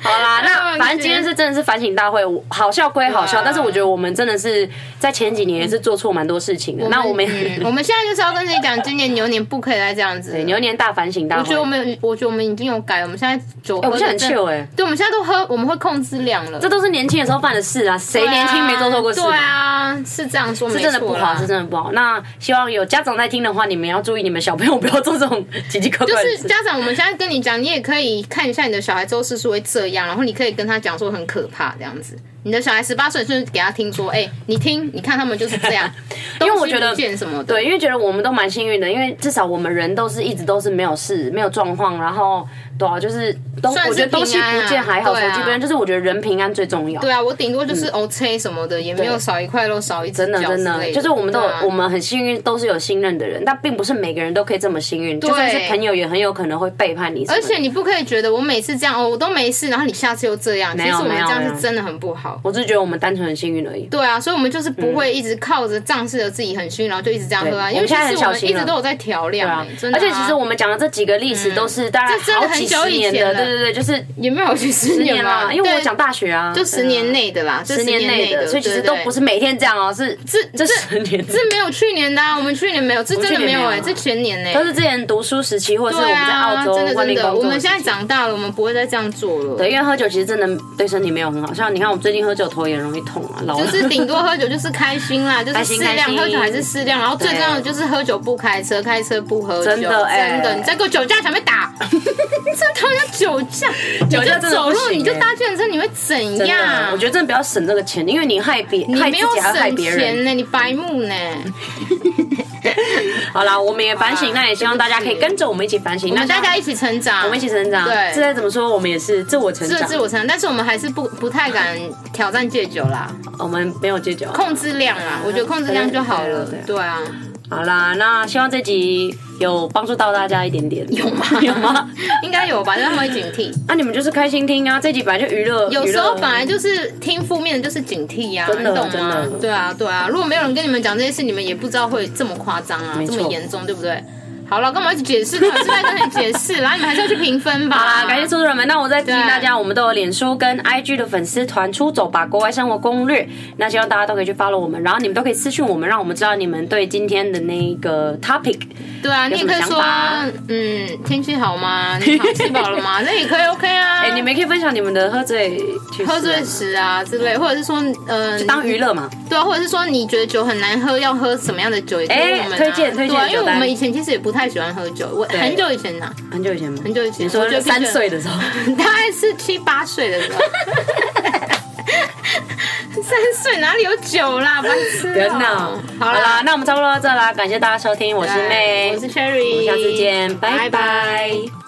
好 啦，那反正今天是真的是反省大会，我好笑归好笑，
哇
但是我觉得我们真的是在前几年也是做错蛮多事情的。那我们
嗯我们现在就是要跟自己讲，今年牛年不可以再这样子。
牛年大反省大
我觉
会，
得我
哎，
们，我觉得我们已经有改，我们现在酒喝
我
的
现在很
真的
chill 哎，
对，我们现在都喝，我们会控制量了。
这都是年轻的时候犯的事啊，谁
对啊
年轻没做错过事？
对啊，是这样说，
是真的
没
不
错
好，
啦
是真的不好。那希望有家长在听的话，你们要注意，你们小朋友不要做这种奇奇怪
就
怪的
是
事。
家长，我们现在跟你讲，你也可以看一下你的小孩周四是会这样，然后你可以跟他讲说很可怕这样子。你的小孩十八岁，就是给他听说，哎、你听，你看他们就是这 样，因
为我觉得
见什么的，
对，因为觉得我们都蛮幸运的，因为至少我们人都是一直都是没有事、没有状况，然后对啊，就是东，
算是
我觉得东西
平安啊
不见还好，手
对啊
机不见，就是我觉得人平安最重要。
对啊，我顶多就是 O C 什么的，也没有少一块肉，少一只
嗯真的
脚
真
之
的，
类
就是我们都有
对啊
我们很幸运，都是有信任的人，但并不是每个人都可以这么幸运，就算是朋友也很有可能会背叛你什么
而
的。
且你不可以觉得我每次这样哦，我都没事，然后你下次又这样，其
有
实我们
没有
这样
没有
是真的很不好。
我只是觉得我们单纯很幸运而已。
对啊，所以我们就是不会一直靠着仗势的自己很虚，然后就一直这样喝啊，
对
因为其
我们现
实
在很
我
小
们
心
一
了
直都有在调量、欸真
而
的啊、嗯
且其实我们讲的这几个历史都是大概
这真
好
的
几
很久
十
以
年
前
的，
了
对对对，就是
也没有去十
十年
吧
啦，，因为我
对
讲大学啊，
就十年内的啦，就
十年
内
内的，所以其实
对
都不是每天这样哦，是
对
这
这这
十年内。
这没有去年的、啊，我们去年没有，这真的没有哎、
我们去年没有啊
这前年呢、
都
欸。
是之前读书时期，或者是我
对
们在澳
啊，
洲
真的
外
真
面工
的，我
作
们
的
现
时
在
候。
长大了，我们不会再这样做了。
对，因为喝酒其实真的对身体没有很好，像你看我最近喝酒头也容易痛啊，老
就
了。
是顶多喝酒就是开心 啦，就是适
开心开
量
心
喝酒还是适量，然后最重要的就是喝酒不开车，开车不喝酒，
真
真
的哎
的你再给我酒驾想被打， 你真讨厌酒驾，
酒驾真
你就
的不行
走路你就
哎
搭电车，你会怎
真的
样？
我觉得真的不要省这个钱，因为你害别
你
害自
没有
己还害
省
别人。
钱呢，你白目呢。
好啦，我们也反省，
好啦
那也希望大家可以跟着我们一起反省。
我
那
们大
像
家一起成长，
我们一起成长，
对
这再怎么说我们也是自我成
这
长。
自我成长，但是我们还是不不太敢挑战戒酒啦，
我们没有戒酒。
控制量啦，我觉得控制量就好了
对啊。
对啊，
好啦，那希望这集有帮助到大家一点点，有吗？ 有吗？
应该有吧，让他们会警惕。
那、你们就是开心听啊，这集本来就娱乐，
有时候
娱乐
本来就是听负面的，就是警惕呀、
真的
你懂
真
吗
的？
对啊，对啊。如果没有人跟你们讲这些事，你们也不知道会这么夸张啊
没，错
这么严重，对不对？好了，干嘛一直解释？还是在跟你解释啦，你们还是要去评 分吧。
好啦，感谢出走人们。那我再提醒
对
大家，我们都有脸书跟 IG 的粉丝团“出走吧国外生活攻略”，那希望大家都可以去 follow 我们，然后你们都可以私讯我们，让我们知道你们对今天的那个 topic。
对啊，你也可以
有什么想
说
法，
嗯，天气 好吗？你好吃饱了吗？那也可以 OK 啊。
哎、你们也可以分享你们的喝醉趣事啊
喝醉时啊之类，或者是说，嗯、
当娱乐嘛。
对啊，或者是说你觉得酒很难喝，要喝什么样的酒也可以问我们、啊
哎推荐推荐
对啊，因为
酒单
我们以前其实也不太喜欢喝酒，我很久以前呐、
很久以前吗？
很久以前
你说
我就
三岁的时候，
大概是七八岁的时候。 三岁哪里有酒啦，白痴、
不要
喔！
闹。
好
啦
啦，，
那我们差不多到这啦，感谢大家收听，我是妹，
我是 Cherry，
我们下次见，拜
拜
拜